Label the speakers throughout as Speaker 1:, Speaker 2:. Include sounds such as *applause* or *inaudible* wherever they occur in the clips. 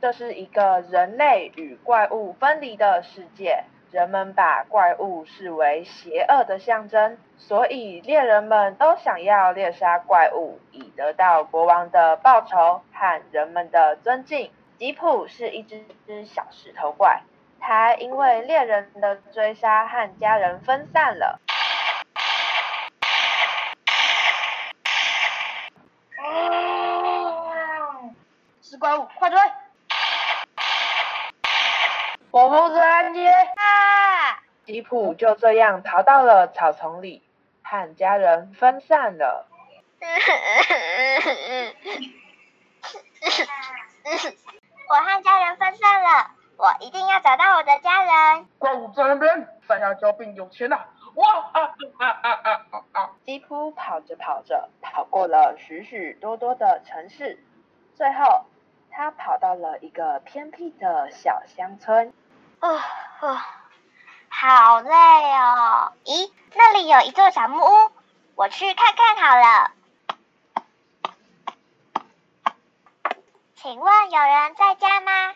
Speaker 1: 这是一个人类与怪物分离的世界。人们把怪物视为邪恶的象征，所以猎人们都想要猎杀怪物，以得到国王的报酬和人们的尊敬。吉普是一只只小石头怪，它因为猎人的追杀和家人分散了。
Speaker 2: 是怪物，快追！
Speaker 1: 我不是安杰。
Speaker 2: 啊！
Speaker 1: 吉普就这样逃到了草丛里，和家人分散了。
Speaker 2: *laughs* 我和家人分散了，我一定要找到我的家人。
Speaker 3: 怪物在那边，山下交病有钱呐、哇啊啊啊啊啊啊！
Speaker 1: 吉普跑着跑着，跑过了许许多多的城市，最后他跑到了一个偏僻的小乡村。
Speaker 2: 哦哦，好累哦。咦，那里有一座小木屋，我去看看好了。请问有人在家吗？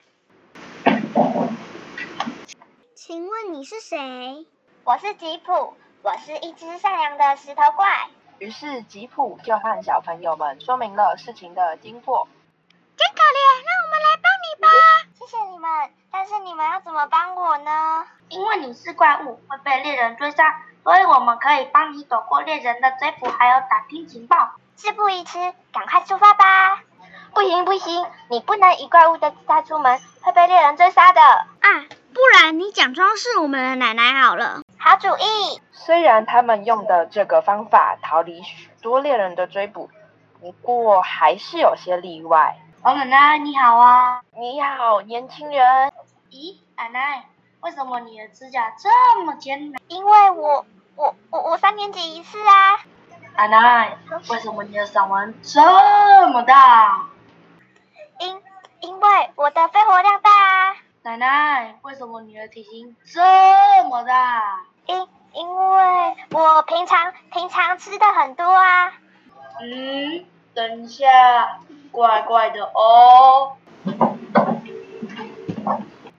Speaker 4: 请问你是谁？
Speaker 2: 我是吉普，我是一只善良的石头怪。
Speaker 1: 于是吉普就和小朋友们说明了事情的经过。
Speaker 4: 真可怜，让我们来帮你吧。
Speaker 2: 谢谢你们，但是你们要怎么帮我呢？
Speaker 5: 因为你是怪物，会被猎人追杀，所以我们可以帮你躲过猎人的追捕，还有打听情报。
Speaker 2: 事不宜迟，赶快出发吧！不行不行，你不能以怪物的姿态出门，会被猎人追杀的。
Speaker 4: 啊，不然你假装是我们的奶奶好了。
Speaker 2: 好主意！
Speaker 1: 虽然他们用的这个方法逃离许多猎人的追捕，不过还是有些例外。
Speaker 5: 老奶奶你好啊！
Speaker 1: 你好，年轻人。
Speaker 5: 咦，奶奶，为什么你的指甲这么尖呢？
Speaker 2: 因为我我我我三年级一次啊，
Speaker 5: 奶奶，为什么你的嗓门这么大？
Speaker 2: 因因为我的肺活量大啊，
Speaker 5: 奶奶，为什么你的体型这么大？
Speaker 2: 因因为我平常平常吃的很多啊。
Speaker 5: 嗯，等一下，怪怪的哦。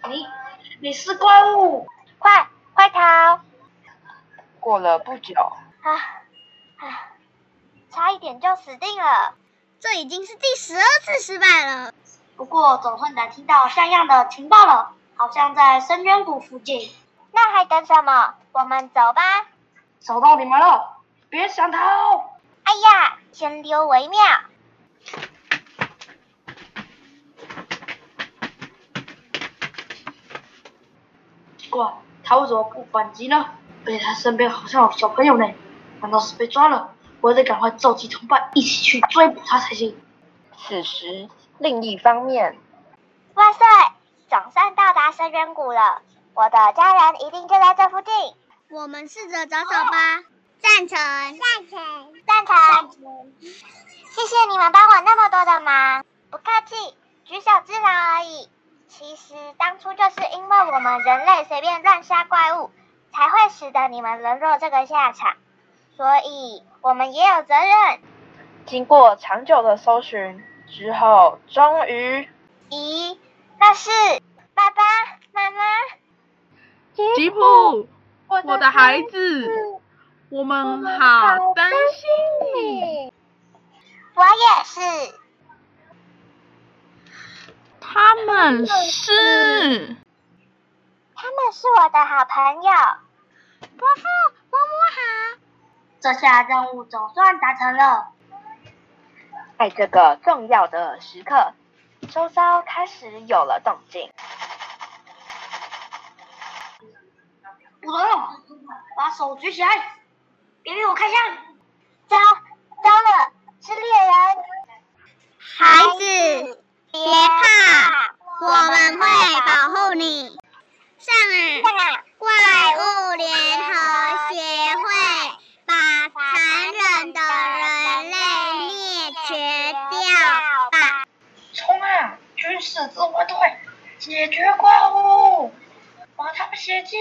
Speaker 5: 你你是怪物？
Speaker 2: 快快逃！啊
Speaker 1: 过了不久，
Speaker 2: 啊，差一点就死定了。
Speaker 4: 这已经是第十二次失败了。
Speaker 5: 不过总算能听到像样的情报了，好像在深渊谷附近。
Speaker 2: 那还等什么？我们走吧。
Speaker 5: 找到你们了，别想逃！
Speaker 2: 哎呀，先溜为妙。
Speaker 5: 奇怪，他为什么不反击呢？而且他身边好像有小朋友呢，难道是被抓了？我得赶快召集同伴一起去追捕他才行。
Speaker 1: 此时另一方面，
Speaker 2: 万岁！总算到达深渊谷了，我的家人一定就在这附近。
Speaker 4: 我们试着找找吧。赞成，赞成。
Speaker 2: 赞成。谢谢你们帮我那么多的忙，不客气，举手之劳而已。其实当初就是因为我们人类随便乱杀怪物，才会使得你们沦落这个下场，所以我们也有责任。
Speaker 1: 经过长久的搜寻之后，终于
Speaker 2: 咦，那是爸爸妈妈，
Speaker 6: 吉普，我的孩子，我们好担心你。
Speaker 2: 我也是。
Speaker 6: 他们是
Speaker 2: 他们是我的好朋友。伯父，伯母好。
Speaker 5: 这下任务总算达成了。
Speaker 1: 在这个重要的时刻，周遭开始有了动静。
Speaker 5: 不能用，把手举起来，别逼我开枪！
Speaker 2: 糟糟了，是猎人。
Speaker 4: 孩子，
Speaker 2: 别
Speaker 4: 怕，我们会保护你。上啊！怪物联合协会把残忍的人类灭绝掉。
Speaker 2: 吧。
Speaker 5: 冲啊！军事自卫队，解决怪物，把他们血祭，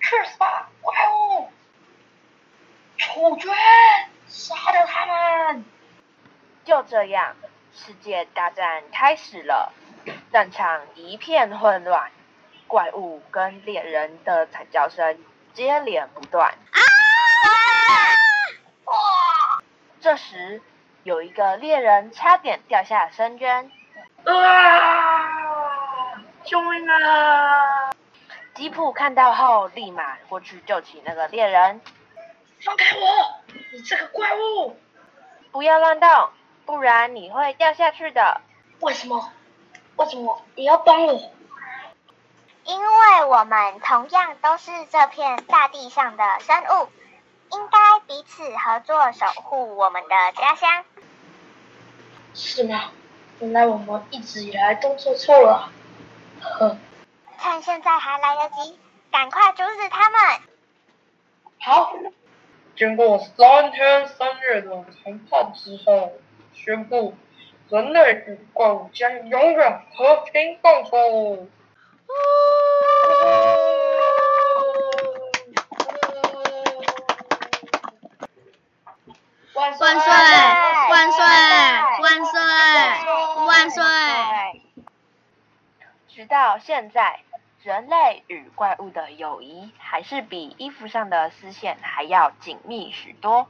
Speaker 5: 吃死吧怪物！处决，杀掉他们！
Speaker 1: 就这样，世界大战开始了。战场一片混乱，怪物跟猎人的惨叫声接连不断。这时，有一个猎人差点掉下深渊，
Speaker 3: 啊！救命啊！
Speaker 1: 吉普看到后立马过去救起那个猎人，
Speaker 5: 放开我！你这个怪物！
Speaker 1: 不要乱动，不然你会掉下去的。
Speaker 5: 为什么？为什么你要帮我？
Speaker 2: 因为我们同样都是这片大地上的生物，应该彼此合作守护我们的家乡。
Speaker 5: 是吗？原来我们一直以来都做错了。呵，
Speaker 2: 趁现在还来得及，赶快阻止他们！
Speaker 5: 好，
Speaker 3: 经过三天三夜的谈判之后，宣布人类与怪物将永远和平共处。
Speaker 5: 万岁！
Speaker 4: 万岁！万岁！万岁！万岁！
Speaker 1: 直到现在，人类与怪物的友谊还是比衣服上的丝线还要紧密许多。